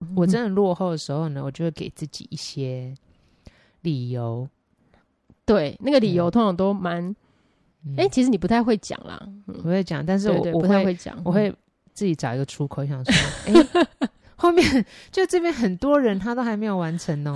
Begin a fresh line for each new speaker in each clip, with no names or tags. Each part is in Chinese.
嗯
我真的落后的时候呢，我就会给自己一些理由。
对，那个理由通常都蛮……
嗯
哎，其实你不太会讲啦，
我会讲，但是
对
我
对，
我
不太
会
会讲，嗯
我会自己找一个出口，想 说，哎，后面就这边很多人他都还没有完成哦，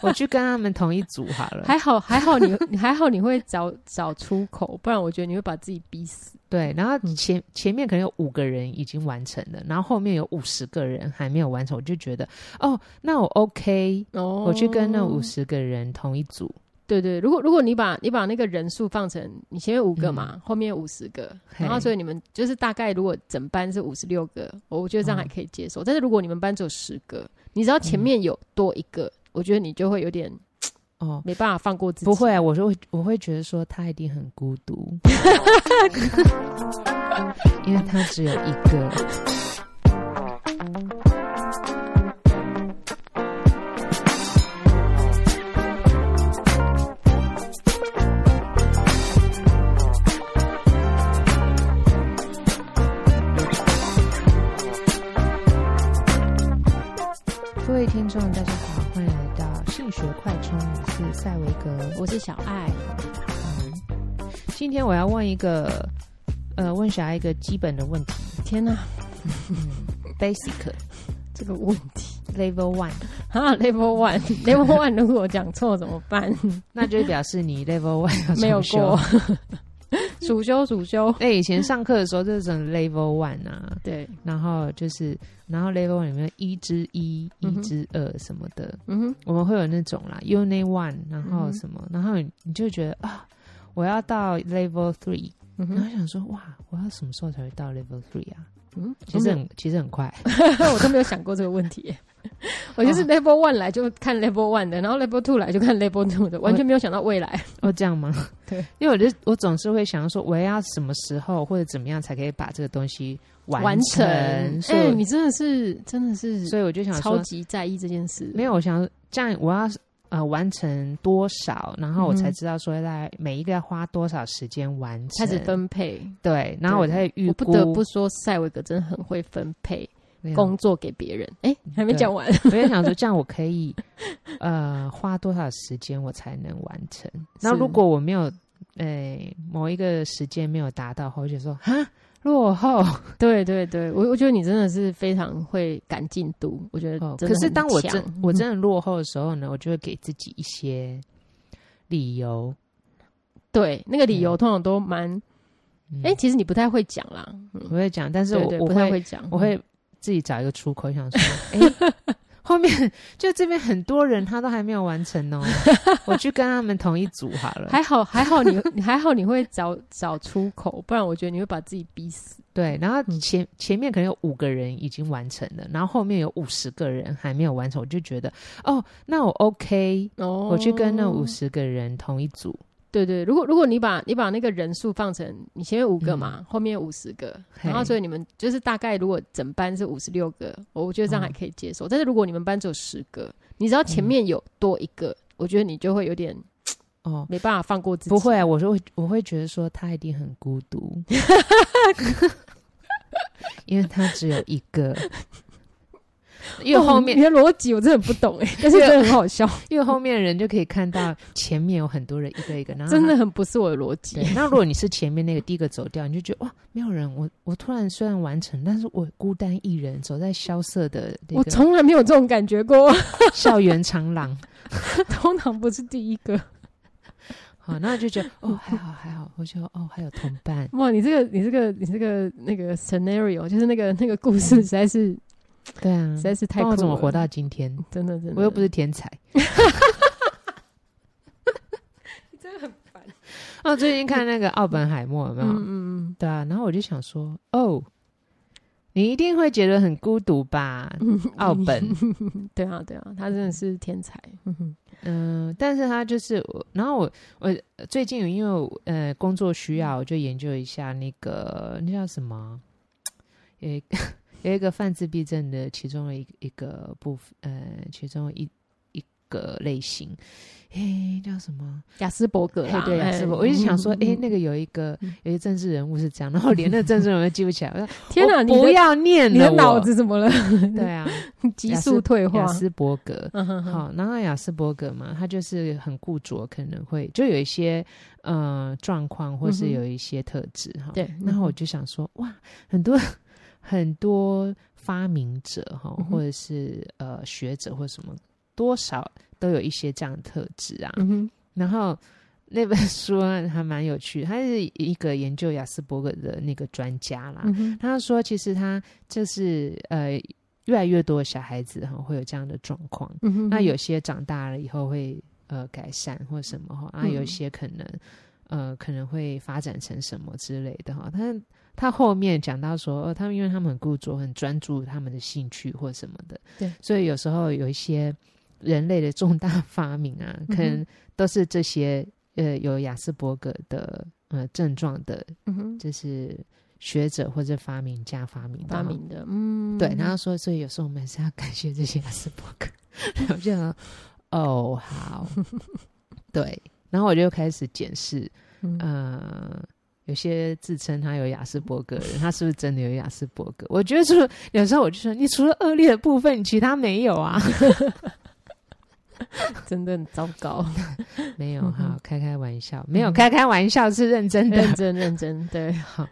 我去跟他们同一组好了。
还好还好你你 还好你会找找出口，不然我觉得你会把自己逼死。
对，然后
嗯
前、前面可能有五个人已经完成了，然后后面有五十个人还没有完成，我就觉得哦，那我 OK，、
哦
我去跟那五十个人同一组，
对对，如果如果你把你把那个人数放成你前面五个嘛，后面五十个，
嘿
然后所以你们就是大概如果整班是五十六个，我觉得这样还可以接受。但是如果你们班只有十个，你知道前面有多一个，我觉得你就会有点
哦。
没办法放过自己。
不会，啊，我就会我会觉得说他一定很孤 独，因为他只有一个。各位听众，大家好，欢迎来到性学快充，我是赛维格，
我是小爱，
今天我要问一个，呃，问小爱一个基本的问题
天哪，
，basic
这个问题
level one，
啊 ，Level One，Level One，如果我讲错怎么办？
那就表示你 level one 啊要重
没有
修
过。， 主修主修，
哎、以前上课的时候就是整 level one 啊，
对，
然后就是，然后 level one 里面一之一、一
嗯哼
之二什么的，
嗯哼，
我们会有那种啦，uni one，然
嗯
后
哼
什么，然后你你就觉得啊，我要到 level three，
嗯
然
哼，
后想说哇，我要什么时候才会到 level three 啊？
嗯，
其实很其实很 快，
我都没有想过这个问题耶。我
哦
就是 level one 来就看 level one 的，然后 level two 来就看 level two 的，完全没有想到未来。
哦，这样吗？
对，
因为我就我总是会想说，我要什么时候或者怎么样才可以把这个东西完
成，
所以
哎，
我、
你真的是真的是
所以我就想
超
说，
级在意这件事。
没有，我想说这样我要呃完成多少，然后我
嗯哼
才知道说大概每一个要花多少时间完成，
开始分配，
对，然后我才预
我
估。
不得不说，塞维格真的很会分配
没有
工作给别人。哎，还
嗯
没
对啊
讲完，
我就想说，这样我可以呃花多少时间我才能完成？那
是
如果我没有呃某一个时间没有达到的话，我就说哈落后。
对对对，我我觉得你真的是非常会赶进度，我觉得
哦，
呃真
可
的
是
很
当我
强嗯
真我真的落后的时候呢，我就会给自己一些理由。
对那个理由
嗯
通常都蛮
嗯
哎、其实你不太会讲啦，嗯
我会讲，但是
对
我
对，
我
不太
会
会嗯讲，
我会自己找一个出口，想说，哎、后面 就这边很多人他都还没有完成哦，我去跟他们同一组好了。
嗯还好还好你你还好你会找找出口，不然我觉得你会把自己逼死。
对，然后
嗯
前前面可能有五个人已经完成了，然后后面有五十个人还没有完成，我就觉得，哦，那我 OK，
哦
我去跟那五，十个人同一组，
对对，如果如果你把你把那个人数放成你前面五个嘛，后面五十个，
嗯嘿
然后所以你们就是大概如果整班是五十六个，我觉得这
嗯
样还可以接受。但是如果你们班只有十个，你知道前面有多一个，我觉得你就会有点
哦，
没办法放过自己。
不会，啊，我就会我会觉得说他一定很孤独， 因为他只有一 个。越后面
哦你的逻辑我真的很不懂 哎、但是真的很好笑，
越后面的人就可以看到前面有很多人一个一个，然后他
真的。很不是我的逻辑
对。， 那如果你是前面那个第一个走掉，你就觉得哇，没有人，我我突然虽然完成，但是我孤单一人走在萧瑟的那
我
个
从来没有这种感觉过，
校园长廊，
通常不是第一个。
好，那就觉得哦还好还好，我就哦还有同 伴，
哇，你这个你这个你这个那个 scenario，就是那个那个故事，实在是、
对啊
实，在是太
嗯帮
酷了。
我怎么活到今 天？
真的真的，
我又不是天 才，
真的很烦。
哦，最近看那个奥本海默有没有？
嗯嗯
对啊，然后我就想说，哦，你一定会觉得很孤独吧？ 奥本，
嗯，对啊对啊，他真的是天才。嗯哼
嗯、但是他就是我，然后我我最近有因为我呃工作需要，我就研究一下那个那叫什么，有一个有一个泛自闭症的其中的一一个部分，呃，其中一一个类型，诶、叫什么？
雅斯伯格嗯
哎
啦，
对，雅斯伯，我一直想说，哎诶，那个有一个
嗯
有一政治人物是这样，然后连那个政治人物都记不起来，我说
天哪，
我
你
哦不
的
要念了，
你的
我
脑子 怎么了？
对 啊，
急
雅斯
速退化
雅。斯伯格。
嗯哼哼，
好，然后雅斯伯格嘛，他就是很固着，可能会就有一些呃状况，或
嗯
是
哼
有一些特质哈。
对嗯
然后我就想说，哇，很多很多发明者哈，
嗯哼
或者是呃学者或什么，多少都有一些这样的特质啊。
嗯哼，
然后那本书啊还蛮有趣，他是一个研究雅斯伯格的那个专家啦。
嗯哼，
他说，其实他就是呃，越来越多的小孩子哈会有这样的状况。
嗯哼，
那有些长大了以后会呃改善或什么哈，啊，
嗯
有些可能呃可能会发展成什么之类的哈。他他后面讲到说，呃他们因为他们很固着，很专注他们的兴趣或什么的，
对，
所以有时候有一些人类的重大 发明啊，
嗯哼
可能都是这些呃有雅斯伯格的呃症状的，
嗯哼
就是学者或者发明家发明的哈
发明的，嗯，
对，然后说，所以有时候我们还是要感谢这些阿斯伯格。然后我就想说，哦，好， 对，然后我就开始检视，
嗯
呃，有些自称他有雅斯伯格的人，他是不是真的有雅斯伯格？我觉得说，有时候我就说，你除了恶劣的部分，你其他没有啊，
嗯真的很糟 糕，
没有
嗯哼
哈，开开玩笑，没有
嗯
开开玩笑是认真的。
认真认真，对，
好，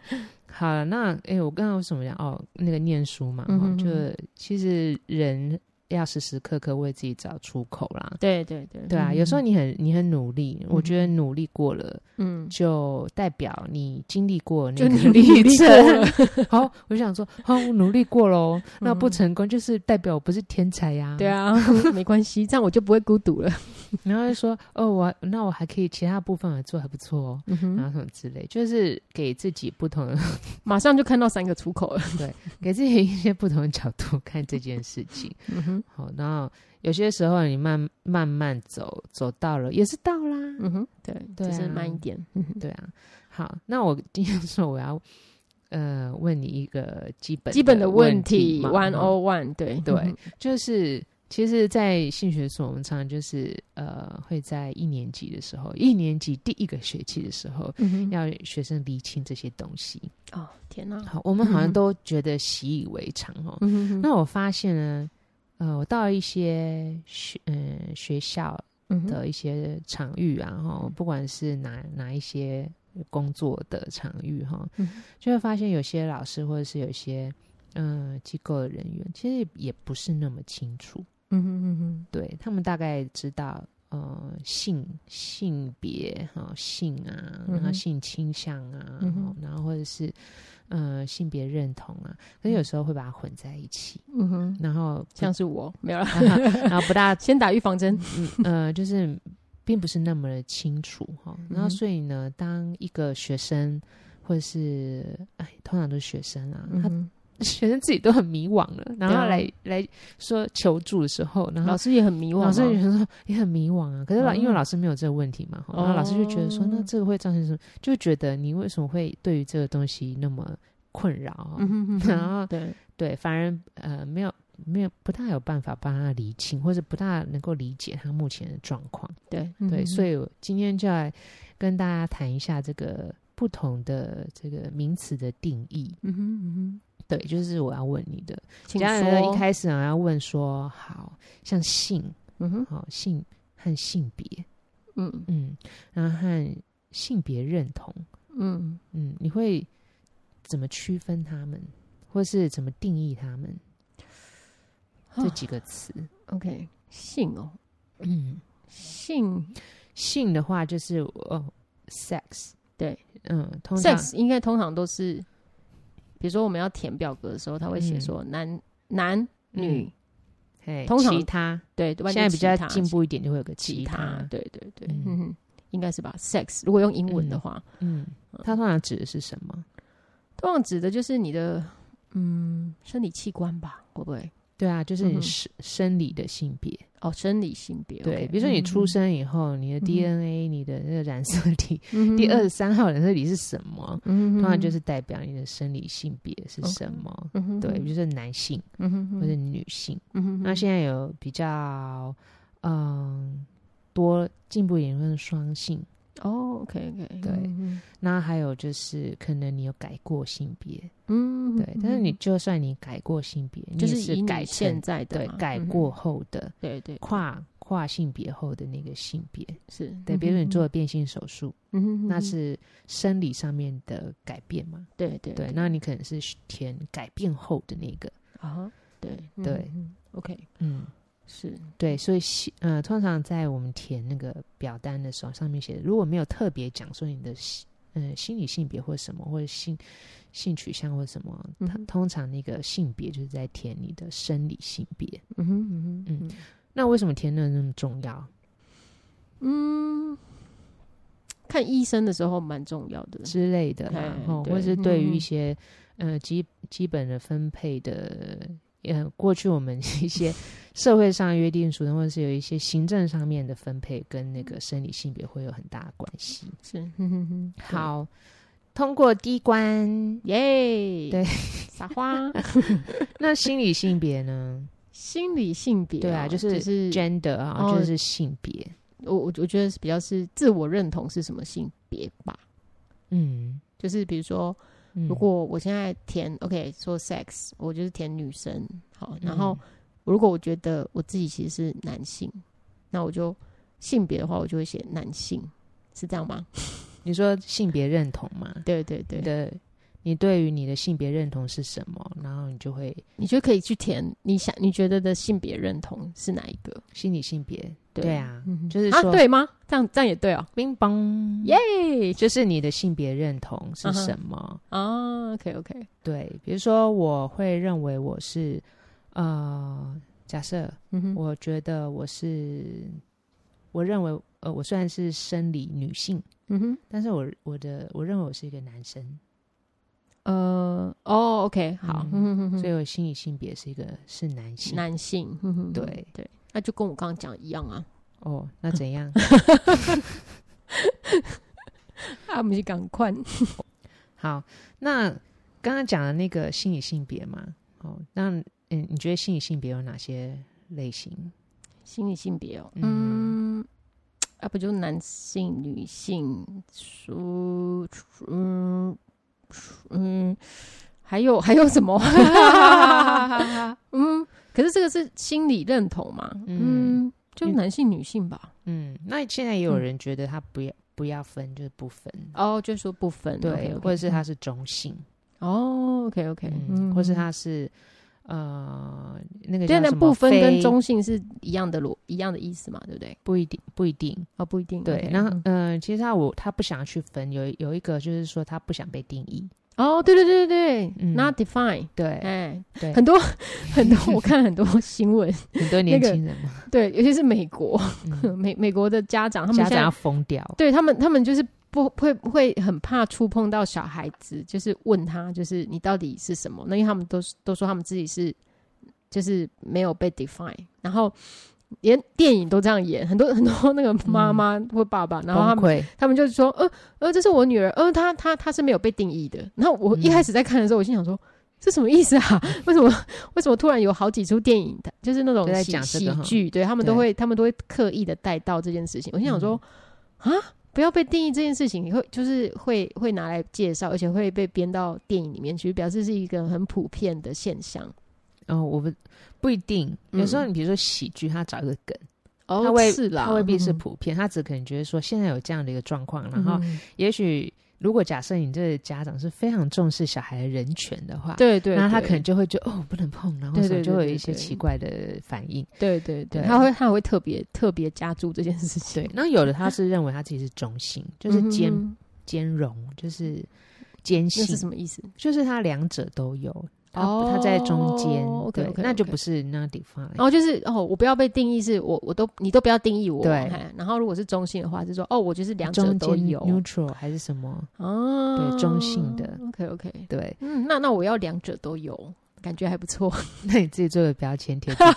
好了，那诶，我刚刚为什么讲哦？那个念书嘛，
嗯
哈
哼
就
哼
其实人要时时刻刻为自己找出口啦。
对对对，嗯
对啊，有时候
你，
你很你很努力，我觉得努力过了，
嗯，
就代表你经历过那
就
个
努力
历
过
程
了。
好，我想说，好，我努力过喽，那
嗯
不成功就是代表我不是天才呀。
对，啊， 没关系，这样我就不会孤独了。
然后就说，哦，我那我还可以其他部分还做得还不错哦，
嗯
然
哼，
后什么之类，就是给自己不同的，
马上就看到三个出口了。
给自己一些不同的角度看这件事情。
嗯哼，
好，然后有些时候你慢慢慢走，走到了也是到啦，
嗯哼， 对，
对
只是
啊
慢一点。嗯哼
对啊，好，那我今天说我要呃问你一个基本
基本的问
问
题
嘛
，one
哈
o one，对
对
嗯哼
就是其实，在性学所，我们常常就是呃会在一年级的时候，一年级第一个学期的时候，
嗯哼，
要学生厘清这些东西。
哦，天哪，
好，我们好
嗯
像
哼
都觉得习以为常哦。
嗯哼哼，
那我发现呢，呃，我到一些学嗯、学校
嗯哼
的一些场域啊，哈，不管是哪哪一些工作的场域哈，
嗯
就会发现有些老师或者是有些嗯、呃机构的人员，其实也不是那么清楚，
嗯哼嗯哼，
对他们大概知道呃性性别哈性啊，
嗯哼
然后性倾向啊，
嗯哼
然后或者是呃性别认同啊，可是有时候会把它混在一起，
嗯哼，啊
然后不
嗯像是我没有了，
然后不大
先打预防针。
呃，就是并不是那么的清楚哈。然后
嗯
所以呢，当一个学生或者是哎，通常都是学生啊，
嗯哼
他 学生自己都很迷惘了，然后
对啊
来、来说求助的时候，然
老
后。
师也很迷惘啊，
老师也说也很迷惘啊，可是老、因为
嗯
老师没有这个问题嘛，哈然后老师就觉得说，那
哦
这个会造成什么？就觉得你为什么会对于这个东西那么困扰啊、
嗯哼，嗯哼
然后
对，
对，反而呃没有没有不大有办法帮他理清，或者不大能够理解他目前的状况。
对嗯
对，所
以
以我今天就来跟大家谈一下这个不同的这个名词的定义。
嗯哼嗯
对，就是我要问你的。
哼，请
家人
说
一，开始啊要问说，好像性，
嗯哼
好、性和性别，
嗯
嗯，然后和性别认同，
嗯
嗯，你会怎么区分他们，或是怎么定义他们这几个词？
啊，OK，性哦，
嗯，
性
性的话就是哦，sex，
对，
嗯，通常
sex 应该通常都是，比如说我们要填表格的时候，他会写
嗯
说男男女，
嘿
通常
其他
对，
嗯
外面
现在比较
其他
进步一点，就会有个
其
其他。
对对对，
嗯
嗯哼，应该是吧？sex 如果用英文的话，
嗯，它通常指的是什么？
通常指的就是你的嗯生理器官吧，会不会？
对啊，就是
嗯
你
哼
生生理的性别。
哦，生理性别，
对，
OK，嗯
比如说你出生以后，你的
嗯哼
DNA、你的那个染色体，
嗯哼
第二十，三号染色体是什么？
嗯哼
通常就是代表你的生理性别是
OK
什么。
嗯哼
对，比，如说男性
嗯哼，
或者女性。
嗯哼，
那现在有比较嗯多进步一点论双性，
哦，OK OK，
对
嗯
那还有就是可能你有改过性别，
嗯，
对，但是你就算你改过性别，
就
你也
是以
是改
你现
成
在的
对
嘛
改
嗯哼
过后的
对对
跨跨性别后的那个性别，
是
对，比如你做了变性手术，
嗯哼，嗯哼
那是生理上面的改变嘛，
对对
对，那你可能是填改变后的那个，
啊哈对
对
嗯嗯 OK
嗯，
是
对，所以性呃，通常在我们填那个表单的时候，上面写的如果没有特别讲说你的性呃心理性别或什么，或者性性取向或什么，
嗯
它
哼
通常那个性别就是在填你的生理性别。
嗯哼嗯哼
嗯那为什么填的那么重要？
嗯，看医生的时候蛮重要的，
之类的啦，
哎
然后
对
或是对 于
嗯
一些、呃基基本的分配的，呃，过去我们 一些社会上约定俗成，或者是有一些行政上面的分配，跟那个
嗯
生理性别会有很大的关系。
是嗯哼哼对
好，通过第一关，
耶，
对，
撒花，
那心理性别呢
心理性别哦，
对啊就
就是是
？gender 啊，
哦
就是性别，
我我我觉得是比较是自我认同是什么性别吧，
嗯，
就是比如说，
嗯
如果我现在填 OK 说 sex，我就是填女生，好，然后如果我觉得我自己其实是男性，那我就性别的话，我就会写男性，是这样吗？
你说性别认同嘛，
对对对
你，的你对于你的性别认同是什么，然后你就会
你就可以去填你想你觉得的性别认同是哪一个？
心理性别，
对
对啊，
嗯哼
就是
啊，
说
对吗？这样这样也对哦。
冰棒，
耶
就是你的性别认同是什么？
啊，OK OK，
对，比如说我会认为我是，呃，假设
嗯哼，
我觉得我是，我认为呃，我虽然是生理女性，
嗯哼，
但是我我的我认为我是一个男生，
呃，哦，OK，好，
嗯
嗯哼哼哼
所以我心理性别是一个是男性。
男性，哼嗯哼哼
对
对，那就跟我刚刚讲一样啊，
哦，那怎样？
啊，不是赶快，
好，那刚刚讲的那个心理性别嘛，哦，那嗯，你觉得心理性别有哪些类型？
心理性别哦，
嗯
嗯，啊，不就男性、女性，属，嗯，嗯，还有还有什么？ 嗯，可是这个是心理认同嘛，
嗯
嗯，就男性、女性吧，
嗯，那现在也有
嗯
人觉得他不要不要分，就是不分，
哦，就说不分，
对
OK，OK
或者是他是中性，
哦，OK OK，
嗯，或是他是呃那个
对，
叫
那
什么
不分跟
非
中性是一样的逻一样的意思嘛，对不对？
不一定不一定，
哦，不一定，
对
OK，，
那
嗯
嗯、呃，其实他我他不想去分，有有一个就是说他不想被定义，
哦，对对对对对、
嗯
n o t define，
对
哎，
对，
很多很多，我看很多新闻，
很多年
那个
轻人嘛，
对，尤其是美国，
嗯
美美国的家长，他们
家
现
长
在
要疯掉，
对他们，他们就是不会会很怕触碰到小孩子，就是问他，就是你到底是什么？那因为他们都是都说他们自己是，就是没有被 define，然后连电影都这样演，很多很多那个
嗯
妈妈或爸爸，然后他
崩
们
溃，
他们就说，呃呃，这是我女儿，呃，她她她是没有被定义的。然后
嗯
我一开始在看的时候，我心想说，这什么意思啊？ 为什么为什么突然有好几出电影的，就是那种
都在
喜
讲这
喜
个哈嗯
剧，对他们
对
都会他们都会刻意的带到这件事情。我心想说，
嗯
啊，不要被定义这件事情，你会就是会会拿来介绍，而且会被编到电影里面去，表示是一个很普遍的现象。
哦，我不不一定，有时候
嗯
你比如说喜剧，他找一个梗，
哦，
他未
是啦，
他未必是
嗯，
普遍，他只可能觉得说现在有这样的一个状况，然后。
嗯
也许如果假设你这个家长是非常重视小孩的人权的话，，
对对，
那他
对
可能就会觉得哦不能碰，然后
对
什么
对
就会有
对
一些
对
奇怪的反应。
对对对，
对
他会他会特别特别加注这件事情
对，，那有的他是认为他自己是中性，就是兼、
嗯
兼容，就是兼
那是
性，
什么意思？
就是他两者都有。他
哦
他在中间，对
OK，OK，OK
那就不是那 define，、
然后就是哦，我不要被定义是我，我都你都不要定义我。
对
哎然后如果是中性的话，就说哦，我就是两者
中间
都有
neutral 还是什么？
啊，
对中性的
OK OK，
对，
嗯，那那我要两者都有，感觉还不错。
那你自己做个标签贴自己，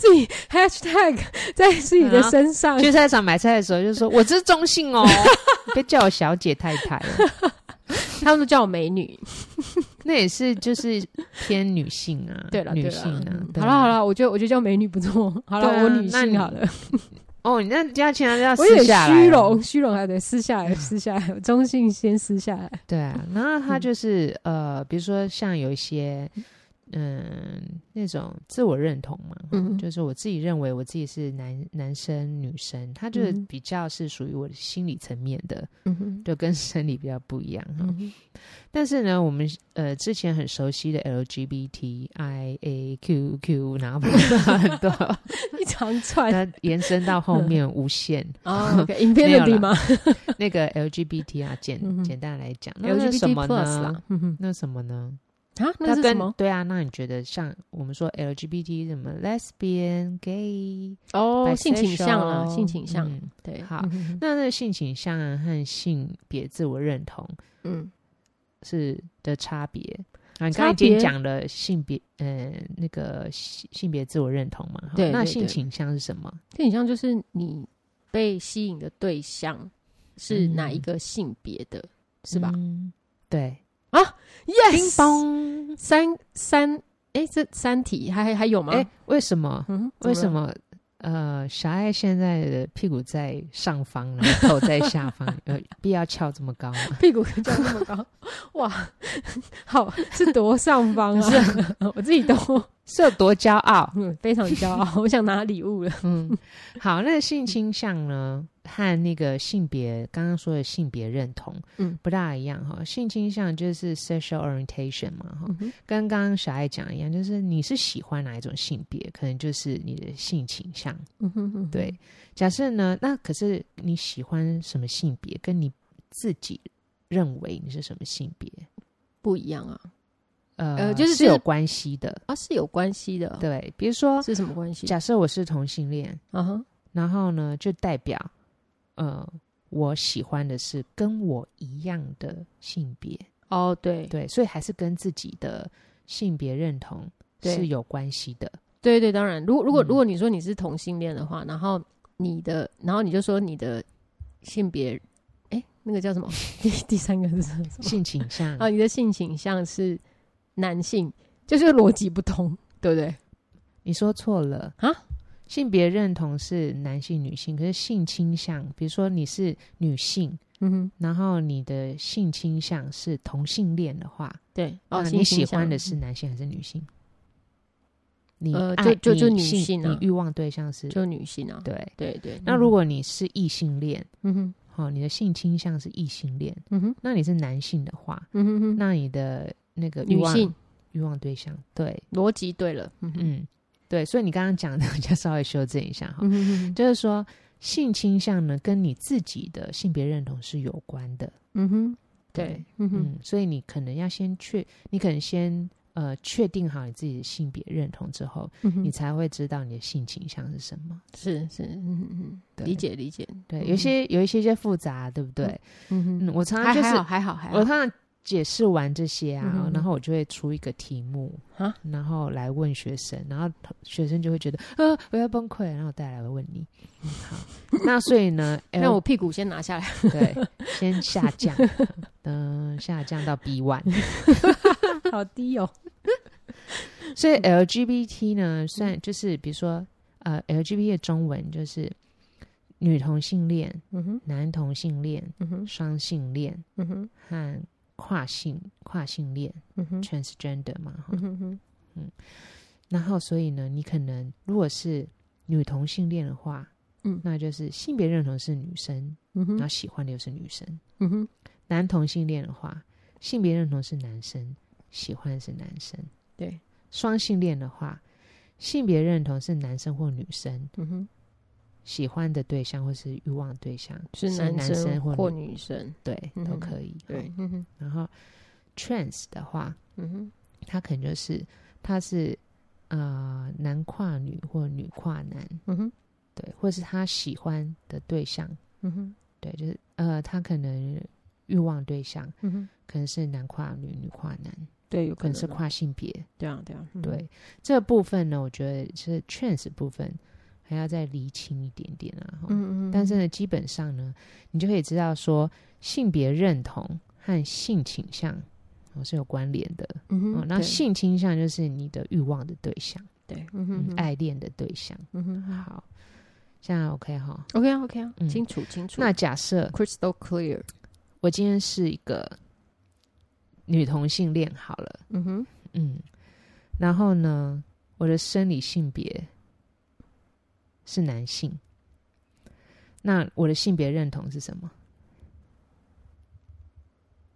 自己 hashtag 在自己的身上，
去菜市场买菜的时候就说我这是中性 哦，别叫我小姐太太了。
他们都叫我美女。
那也是就是偏女性啊，
对了，
女
对
性
了，
啊
嗯，
对
好
啊
了好，了，我觉得我觉得叫美女不错。好了，
对啊
我女
那
性
你
好了，
哦，你那要钱要
我有
撕
点
下来
虚
哦，
荣，虚荣还得撕下 来，撕下来，中性先撕下来。
对啊，然后他
嗯
就是、呃，比如说像有一些嗯那种自我认同嘛，
嗯
就是我自己认为我自己是男男生女生，他就是
嗯
比较是属于我的心理层面的，
嗯哼
就跟 生理比较不一样哈。
嗯哼
但是呢，我们呃之前很熟悉的 LGBTIAQQ，然后很 多，
一长 串
它延伸到后面无限。
啊
没有啦
，Infinity 吗
那个 LGBT 啊，简
嗯哼
简单来讲，那是什
？LGBT
么
Plus
呢
啦？，嗯哼
那什么呢？
啊，那
它
是什
跟
么？
对啊，那你觉得像我们说 LGBT 什么 lesbian、gay，
哦，性倾向啊，
bisexual，
性倾向，
嗯
对，
好
嗯哼
那那个性倾向啊和性别自我认同
嗯，
是的差别。啊，你刚才已
差别
经讲了性别，呃，那个性性别自我认同嘛，哈
对
那
对
性
对
倾向是什么？
性倾向就是你被吸引的对象是哪一个性别的，是吧
嗯 对，叮
？Yes，
咚，
三三，哎，这三题还还还有吗？
哎，为什么？
嗯，
为
怎
什
了？
么？呃，小爱现在的屁股在上方，然后头在下 方，有必要翘这么高吗？
屁股就那么高， 哇，好是多上 方啊！ 我自己都
是有多骄傲？
嗯非常骄傲，我想拿礼物了。
嗯，好，那个性倾向呢，和那个性别刚刚说的性别认同，
嗯
嗯，不大一样哈。性倾向就是 sexual orientation 嘛，哈，
嗯哼
跟刚刚小爱讲一样，就是你是喜欢哪一种性别，可能就是你的性倾向。
嗯哼嗯哼，
对，假设呢，那可是你喜欢什么性别，跟你自己认为你是什么性别，
不一样啊
呃，
呃就是
是
就是
有关系的。
啊是有关系的，，
对，比如说，
是什么关系？
假设我是同性恋，
啊哈，
然后呢，就代表，呃，我喜欢的是跟我一样的性别，
哦对
对，所以还是跟自己的性别认同
对
是有关系的，
对对，当然，如果如果
嗯
如果你说你是同性恋的话，然后你的，然后你就说你的性别，哎，那个叫什么？ 第第三个是什么？
性倾 向
啊，你的性倾向是男性，就是逻辑不通，对不对？
你说错了
啊！
性别认同是男性、女性，可是性倾向，比如说你是女性，
嗯哼，
然后你的性倾向是同性恋的话，
对。哦，
那
性
啊你喜
倾向
欢的是男性还是女性？你
呃
爱
就就就
你
女
性
性啊
你欲望对象是
就女性啊？
对。
对对。
那如果你是异性恋，
嗯哼
哦，你的性倾向是异性恋，
嗯哼
那你是男性的话，
嗯哼哼，
那你的那个欲
女
望
性
欲望对象，对，
逻辑对了，嗯哼
嗯，对，所以你刚刚讲的，我就稍微修正一下哈。
嗯哼哼
就是说性倾向呢跟你自己的性别认同是有关的，
嗯哼，对
对，
嗯哼
嗯，所以你可能要先确，你可能先呃确定好你自己的性别认同之后，
嗯
你
哼，
才会知道你的性倾向是什么。
是是，嗯哼嗯哼，
对
理解理解，
对，
嗯
有些有一些些复杂，对不对？
嗯哼，
嗯，我常常
还
就
还
是
好还好还好
我，常常解释完这些啊，
嗯哼
然后我就会出一个题目
啊，
然后来问学生，然后学生就会觉得呃我要崩溃，然后我再来问你。嗯好，那所以 呢，
让哎我屁股先拿下来。
对，先下降，嗯、下降到 B one。
好低哦。
所以
嗯
LGBT 呢，算就是比如说，呃，LGBT 的中文就是女同性恋、
嗯哼，
男同性恋、
嗯哼，
双性恋
嗯哼，
和跨性跨性恋
嗯哼，
（transgender） 嘛。哈
嗯哼哼，
然后，所以呢，你可能如果是女同性恋的话，
嗯
那就是性别认同是女生，
嗯
然后
哼，
喜欢的又是女生。
嗯哼，
男同性恋的话，性别认同是男生，喜欢是男生；
嗯对，
双性恋的话，性别认同是男生或女生，
嗯哼，
喜欢的对象或是欲望对象
是
男
男生
或
或
女，
女生，
对，
嗯
都
哼
可以。
对
好，
嗯哼，
然后 trans 的话，
嗯哼，
它可能就是它是呃男跨女或女跨男，
嗯哼，
对，或是他喜欢的对象，
嗯哼，
对，就是呃他可能欲望对象
嗯哼，
可能是男跨女、女跨男。
对，有
可
可
能
能
是
啊，
跨性别。
对啊，对啊，嗯哼，
对这个部分呢，我觉得是 trans 部分还要再厘清一点点啊。嗯，
嗯嗯，
但是呢，基本上呢，你就可以知道说性别认同和性倾向哦是有关联的。
嗯
哦
哼，，
那
对
性倾向就是你的欲望的对象，
对，嗯
嗯
哼哼，
爱恋的对象。
嗯哼哼
好，这样 OK 哈。
，OK 啊，OK 啊
嗯，
清楚清楚。
那假设
crystal clear，
我今天是一个女同性恋好了，
嗯哼，
嗯，然后呢，我的生理性别是男性，那我的性别认同是什 么？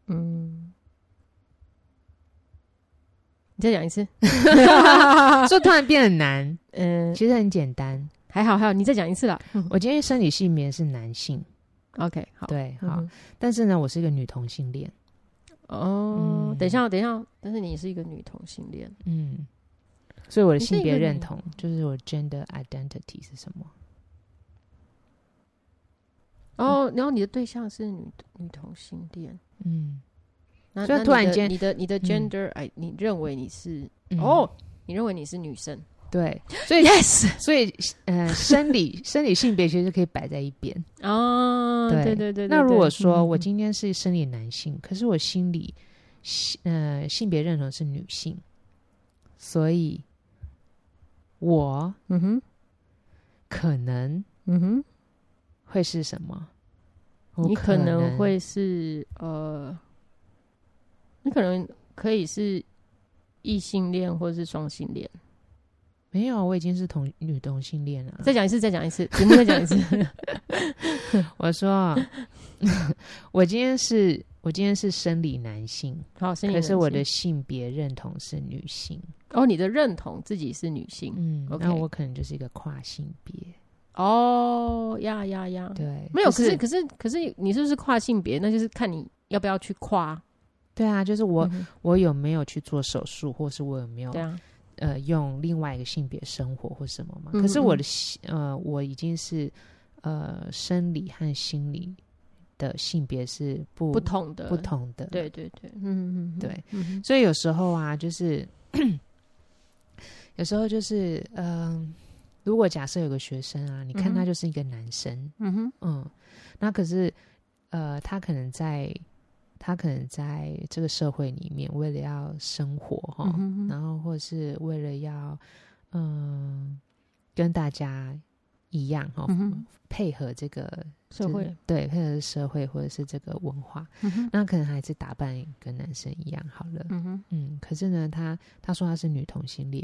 嗯，你再讲一 次，
说突然变很难，
嗯，
其实很简单。
还好还好，你再讲一次啦。嗯
我今天生理性别是男性，
OK，好，
对，
嗯
好，
哼
但是呢，我是一个女同性恋，
哦
嗯，
等一下，等一下，但是你是一个女同性恋，
嗯，所以我的
你是
性
一
别
个
认
女
同就是我 gender identity 是什么？
然后哦然后你的对象是女女同性恋，
嗯，
那
所以
那
突然
你的
间
你的你的
嗯
gender，哎，你认为你是
嗯
哦，，你认为你是女生
对，所以
？Yes，
所以呃，生理 生理性别其实可以摆在一边。
哦，
对
对对对。
那如
对
果说
嗯
我今天是生理男性，可是我心里性呃性别认同是女性，所以我
嗯哼
可能
嗯哼，
会是什么？我
你
可
可能会是呃，你可能可以是异性恋或是双性恋。
没有，我已经是同女同性恋了。
再讲一次，再讲一次，节目再讲 一次。
我 说，我今天是我今天是生理男性，
好，是你
可是
男
我
性
的性别认同是女性。
哦，你的认同自己是女性。
嗯
OK
那我可能就是一个跨性别。
哦，呀呀呀，
对，
没有，
就
可是可是可是你是不是跨性别？那就是看你要不要去跨。
对啊，就是我、
嗯哼
我有没有去做手术，或是我有没有
对啊，
呃用另外一个性别生活或什么嘛？
嗯
可是
嗯
我的性呃，我已经是呃生理和心理的性别是不
不同的
不，同的，
对对对，嗯嗯嗯，
对
嗯哼，
所以有时候啊，就是 有时候就是嗯、如果假设有个学生啊，你看
嗯
他
哼
就是一个男生，
嗯哼，
嗯，那可是呃，他可能在他可能在这个社会里面，为了要生活哈，
嗯哼
然后或是为了要嗯、跟大家一样哈，
嗯哼
配合这个
社
就是
会，
对配合社会或者是这个文化，
嗯哼，
那可能还是打扮跟男生一样好了，
嗯哼，
嗯，可是呢，他他说他是女同性恋，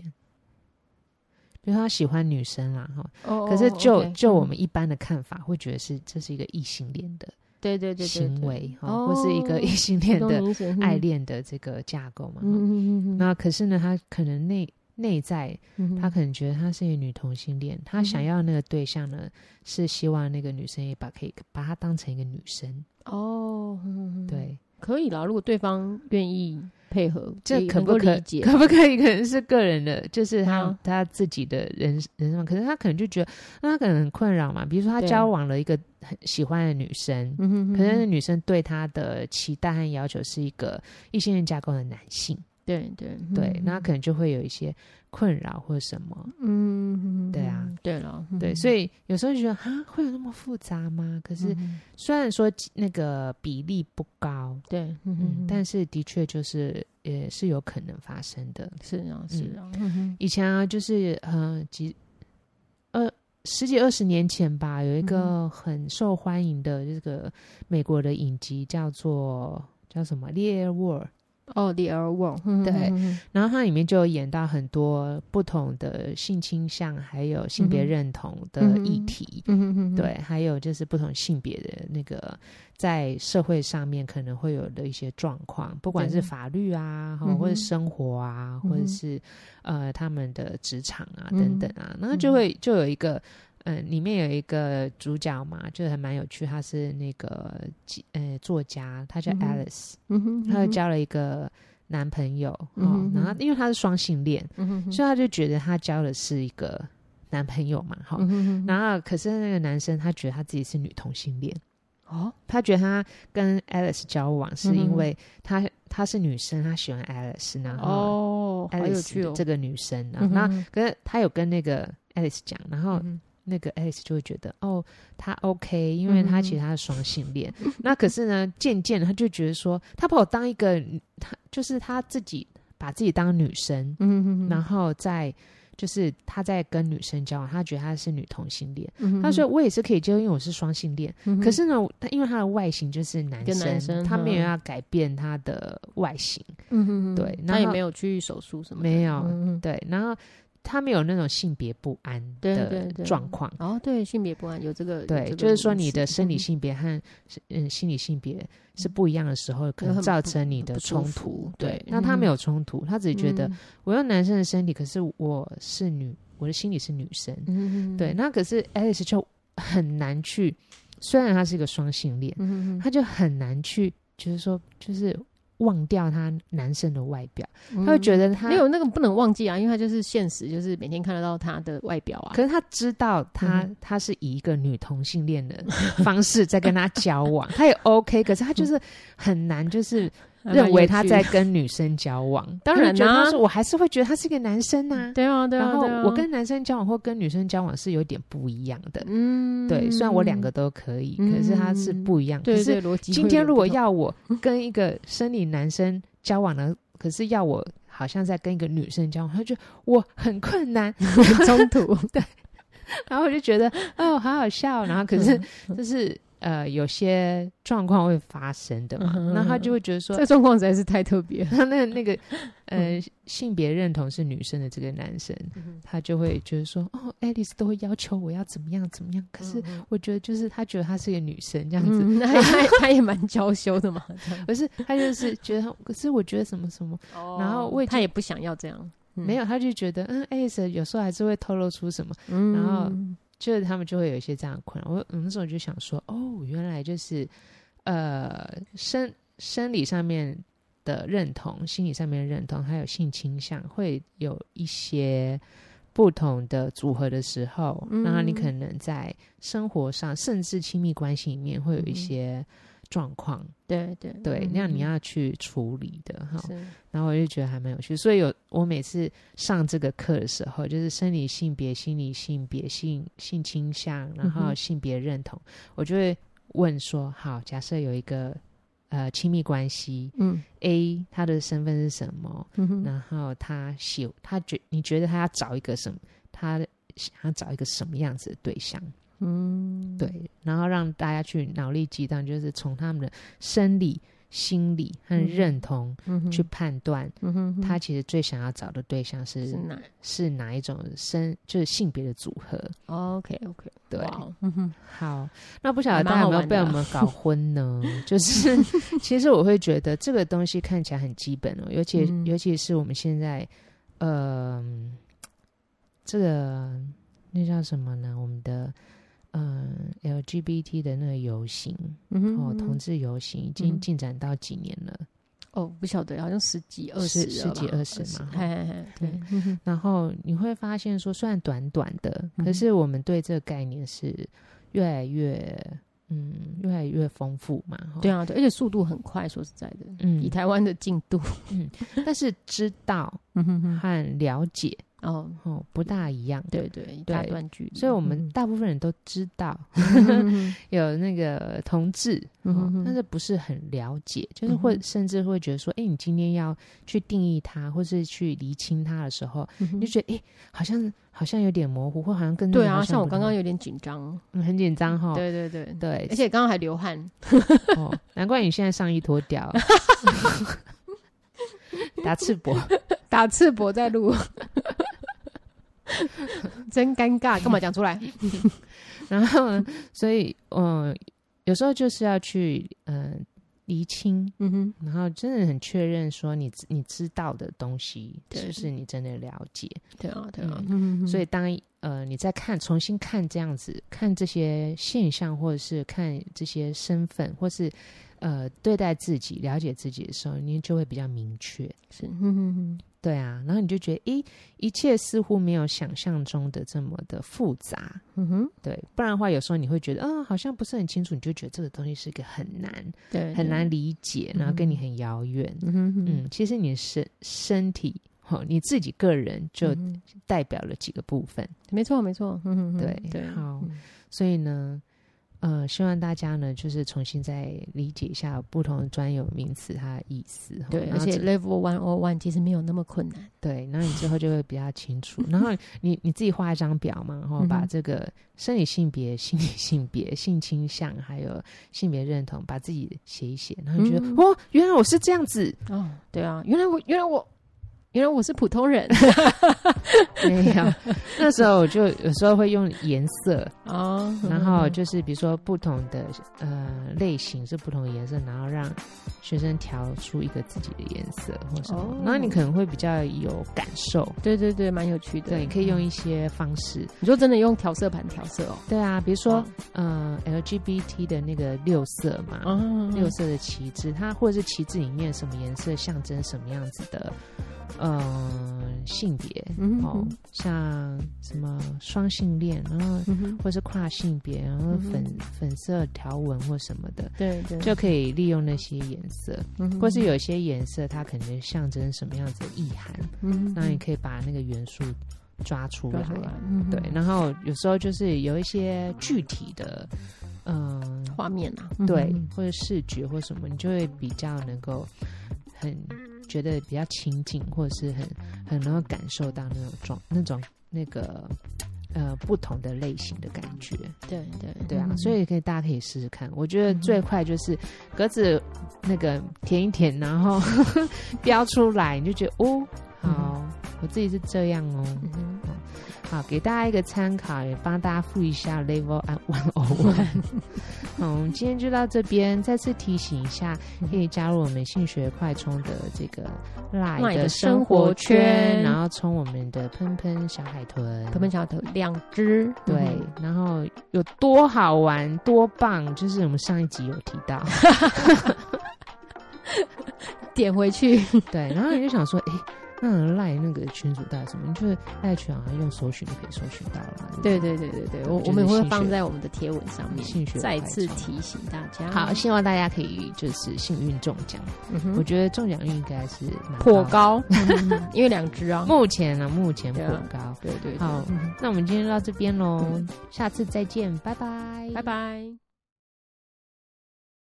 比如说他喜欢女生啦哈，
哦，
可是
哦
就
OK，
就我
嗯
们一般的看法，会觉得是这是一个异性恋的
对对对对
行
对
为哈，
哦
或是一个异性恋
我
的
懂你意思嗯
爱，恋的这个架构嘛。哈
嗯嗯嗯嗯嗯
那可是呢，他可能内内在，
嗯哼，
他可能觉得他是一个女同性恋，他想要那个对象呢，是希望那个女生也把可以把她当成一个女生。
哦，嗯，嗯嗯
对，
可以啦，如果对方愿意配合，
这
也
可
能
不
够
可
理解？
可不可以？可能是个人的，就是他、
啊
他自己的人人生，可是他可能就觉得，那他可能很困扰嘛。比如说他
对
交往了一个很喜欢的女生，
嗯哼，嗯
可是
哼
女生对他的期待和要求是一个异性恋架构的男性，
对对
对，
嗯
那可能就会有一些困扰或者什么，
嗯，嗯
对啊，
嗯对了，
对，所以有时候就觉得啊，会有那么复杂吗？可
以
是虽然说那个比例不高，
对，嗯
嗯，
哼
但是的确就是也是有可能发生的。
是啊是啊，嗯哼
以前啊，就是呃几二十几二十年前吧，
嗯
有一个很受欢迎的这个美国的影集叫做叫什么《猎沃》。
哦，The L One，
对
对，
然后它里面就有演到很多不同的性倾向，还有性别
嗯哼
认同的
嗯哼
议题，
嗯哼哼，
对，还有就是不同性别的那个在社会上面可能会有的一些状况，不管是
对
法律啊，哈
嗯哼
或者生活啊，
嗯哼
或者是呃他们的职场啊
嗯
等等啊，然后就会就有一个。嗯，里面有一个主角嘛，就还蛮有趣，他是那个呃作家，他叫
嗯哼
Alice，、
嗯哼，
她
嗯
就
哼，
交了一个男朋友，
嗯
哦
哼，
然后
嗯
因为她是双性恋，
嗯哼哼
所以她就觉得她交的是一个男朋友嘛，哈、
嗯哼哼
然后可是那个男生他觉得他自己是女同性恋，
哦，
他觉得他跟 Alice 交往是
嗯
因
哼
为他、他是女生，他喜欢 Alice，然后
哦，好有
嗯
趣
Alice
哦，
这个女生啊，
嗯哼
那
哼
可是他有跟那个哦 Alice 讲，然后
嗯哼
那个 Alex 就会觉得哦，他 OK，因
嗯
为他其实他是双性恋。那可是呢，渐渐地他就觉得说，他把我当一个，他就是他自己把自己当女生，
嗯哼
然
哼
后再就是他在跟女生交往，他觉得他是女同性恋。
嗯哼，
他说我也是可以接受，因为我是双性恋。
嗯哼，
可是呢，他因为他的外形就是男
跟
生，
男生
他没有
嗯
要改变他的外形，
嗯哼哼，
对
他也
然后
没有去手术什么的，
没有
嗯哼
对，然后他没有那种性别不安
对对
的
对
状况。
哦，对，性别不安有这个，有
对，
这
就
个
是说你的
名词
生理
嗯
性别和嗯心理性别是不一样的时候，可能
很
造
不
成你
很
的
不舒
冲
服
突。
对
对，那他没
嗯
有冲突，他只是觉得
嗯
我用男生的身体，可是我是女，我的心里是女生。
嗯哼哼
对，，那可是 Alice 就很难去，虽然他是一个双性恋，
嗯哼
他就很难去，就是说，就是忘掉他男生的外表，
哼，
他会觉
得
得他
嗯没有那个不能忘记啊，因为他就是现实，就是每天看得到他的外表啊，
可是他知道他、
嗯
他是以一个女同性恋的方式在跟他交往，他也 OK，可是他就是很难，就是
还蛮嗯有
认为他
趣
在
的
跟女生交往。
当然啦
因为觉得他说我还是会觉得他是一个男生呐、
对啊，对啊，
然后
对啊
我跟男生交往或跟女生交往是有点不一样的。
嗯，
对，虽然我两个都可以，可是他是不一样。
对
可是
对逻辑会有点不同，
今天如果要我跟一个生理男生交往呢，可是要我好像在跟一个女生交往，他就我很困难，
很冲突，
然后我就觉得哦，好好笑。然后可是
嗯
就是呃，有些状况会发生的嘛
嗯，哼
那他就会觉得说
这，嗯状况实在是太特别了。
他那个那个呃性别认同是女生的这个男生，
嗯
他就会觉得说，哦，爱丽丝都会要求我要怎么样怎么样，可是我觉得就是他觉得他是一个女生这样子。
嗯，那他他也蛮娇羞的嘛，
可是他就是觉得他，可是我觉得什么什么 然后我已经
他也不想要这样，嗯
没有，他就觉得嗯，Alice 有时候还是会透露出什么，
嗯
然后就是他们就会有一些这样的困扰。我我那时候就想说，哦，原来就是呃生生理上面的认同、心理上面的认同，还有性倾向，会有一些不同的组合的时候，
嗯
然后你可能在生活上，甚至亲密关系里面会有一些状况，
对对
对，
嗯
那你要去处理的哈。
是
然后我就觉得还蛮有趣，所以有我每次上这个课的时候，就是生理性别、心理性别、性性倾向，然
嗯
后
哼
性别认同，我就会问说：好，假设有一个呃亲密关系
嗯
，A 他的身份是什么？
嗯哼
然后他喜他觉你觉得他要找一个什么？他想要找一个什么样子的对象？
嗯
对，然后让大家去脑力激荡，就是从他们的生理、心理和
嗯
认同
嗯哼
去判断。
嗯哼哼
他其实最想要找的对象是
是哪
是哪一种生，就是性别的组合。
？OK OK，
对，
嗯哼
好，那不晓得
还
大
蛮
家有
好
没有
玩
被我
的啊
们 搞昏呢？就是其实我会觉得这个东西看起来很基本哦，尤其、
嗯
尤其是我们现在，呃，这个那叫什么呢？我们的。嗯，LGBT 的那个游行、
嗯哼
哦，同志游行已经
嗯
进展到几年了？
哦不晓得，好像十几二
十
十
十几二十嘛
哎哎哎对，嗯哼
然后你会发现说，虽然短短的，
嗯
可是我们对这个概念是越来越嗯越来越丰富嘛。哈
对，啊对，而且速度很快，说实在的，以
嗯，
台湾的进度，
但是知道
嗯哼哼，
和了解
哦。
哦不大一样，
对对，一大
对
段距离，
所以我们
嗯
大部分人都知道 有那个同志，
嗯
哦
哼哼
但是不是很了解，就是会
嗯哼
甚至会觉得说，哎，你今天要去定义他，或是去厘清他的时候，
嗯哼
你就觉得哎，好像好像有点模糊，或好像跟那个
对
好
啊，像我
不
刚
同
刚有点紧张，
嗯很紧张哈，
对对对，
对
而，且刚刚还流汗，
哦，难怪你现在上衣脱 掉，打赤膊。
打赤膊在录， 真尴尬，干嘛讲出来？
然后呢，所以嗯、呃有时候就是要去嗯、呃、厘清，
嗯哼，
然后真的很确认说你知你知道的东西
对
是不是你真的了解。
对啊，对啊
嗯，
嗯
所以当呃你在看重新看这样子看这些现象，或者是看这些身份，或是呃对待自己、了解自己的时候，你就会比较明确。
是，嗯哼哼
对啊，然后你就觉得，诶，一切似乎没有想象中的这么的复杂。
嗯哼，
对，不然的话，有时候你会觉得，嗯，好像不是很清楚，你就觉得这个东西是一个很难、
对，
很
对，
难理解，然后跟你很遥远。
嗯哼哼，
嗯，其实你的身身体哦，你自己个人就
嗯哼
代表了几个部分，
没错没错，嗯哼哼
对
对，
好
嗯
所以呢，呃，希望大家呢就是重新再理解一下不同的专有名词它的意思，哦
对，
然
而
后
且
这
level one o one 其实没有那么困难，
对，然后你之后就会比较清楚。然 后你你自己画一张表嘛，然后
嗯哼
把这个生理性别、心理性别、性倾向还有性别认同，把自己写一写，然后你觉得、
嗯
哦，原来我是这样 子，
哦，对啊，原来我原来我原来我是普 通人
没有。那时候我就有时候会用颜色，
哦，
然后就是比如说不同的呃类型是不同的颜色，然后让学生调出一个自己的颜色或什么，
哦
然后你可能会比较有感受。
对对对，蛮有趣的，
对，你可以用一些方式，
你说真的用调色盘调色哦，
对啊，比如说
哦，
呃，LGBT 的那个六色嘛，
嗯
六色的旗帜，它或者是旗帜里面什么颜色象征什么样子的，呃，性别，
嗯
哦，像什么双性恋，然后
嗯哼，
或是跨性别，然后
嗯哼
粉、粉色条纹或什么的，
对对，
就可以利用那些颜色，
嗯哼
或是有些颜色它可能象征什么样子的意涵，
嗯哼
那你可以把那个元素抓出
抓
来。
出来，嗯哼
对，然后有时候就是有一些具体的，嗯、
画面啊，
对
嗯，
或者视觉或什么，你就会比较能够很觉得比较亲近，或者是很很能够感受到那种状那种那个呃不同的类型的感觉。
哼嗯对对
对啊，
嗯
所以可以大家可以试试看。我觉得最快就是格子那个填一填，然后 标出来，你就觉得哦，好，我自己是这样哦。
嗯哼
好，给大家一个参考，也帮大家复一下 Level 啊 One O One。好，我们今天就到这边，再次提醒一下，可以加入我们性学快充的这个
Line
Line
的
的
生
生
活
活
圈
圈，然后冲我们的喷喷小海豚，
他们小头两只，
对
嗯，
然后有多好玩多棒，就是我们上一集有提 到，
哼点 回去，
对，然后你就想说，诶，那赖那个群主到底什么？你就是赖群好像用搜寻就可以搜寻到了嘛。不
对对对对对，我
就是
我们会
兴趣
放在我们的贴文上面
兴趣，
再次
快充
提醒大家。
好，希望大家可以就是幸运中奖，
嗯
我
哼，
觉得中奖率应该是蛮
颇
的，
高，因为两只啊。
目前呢、目前颇
对啊
高。
对对，对
好
嗯哼
那我们今天就到这边喽，
嗯
下次再见，拜拜，
拜。拜。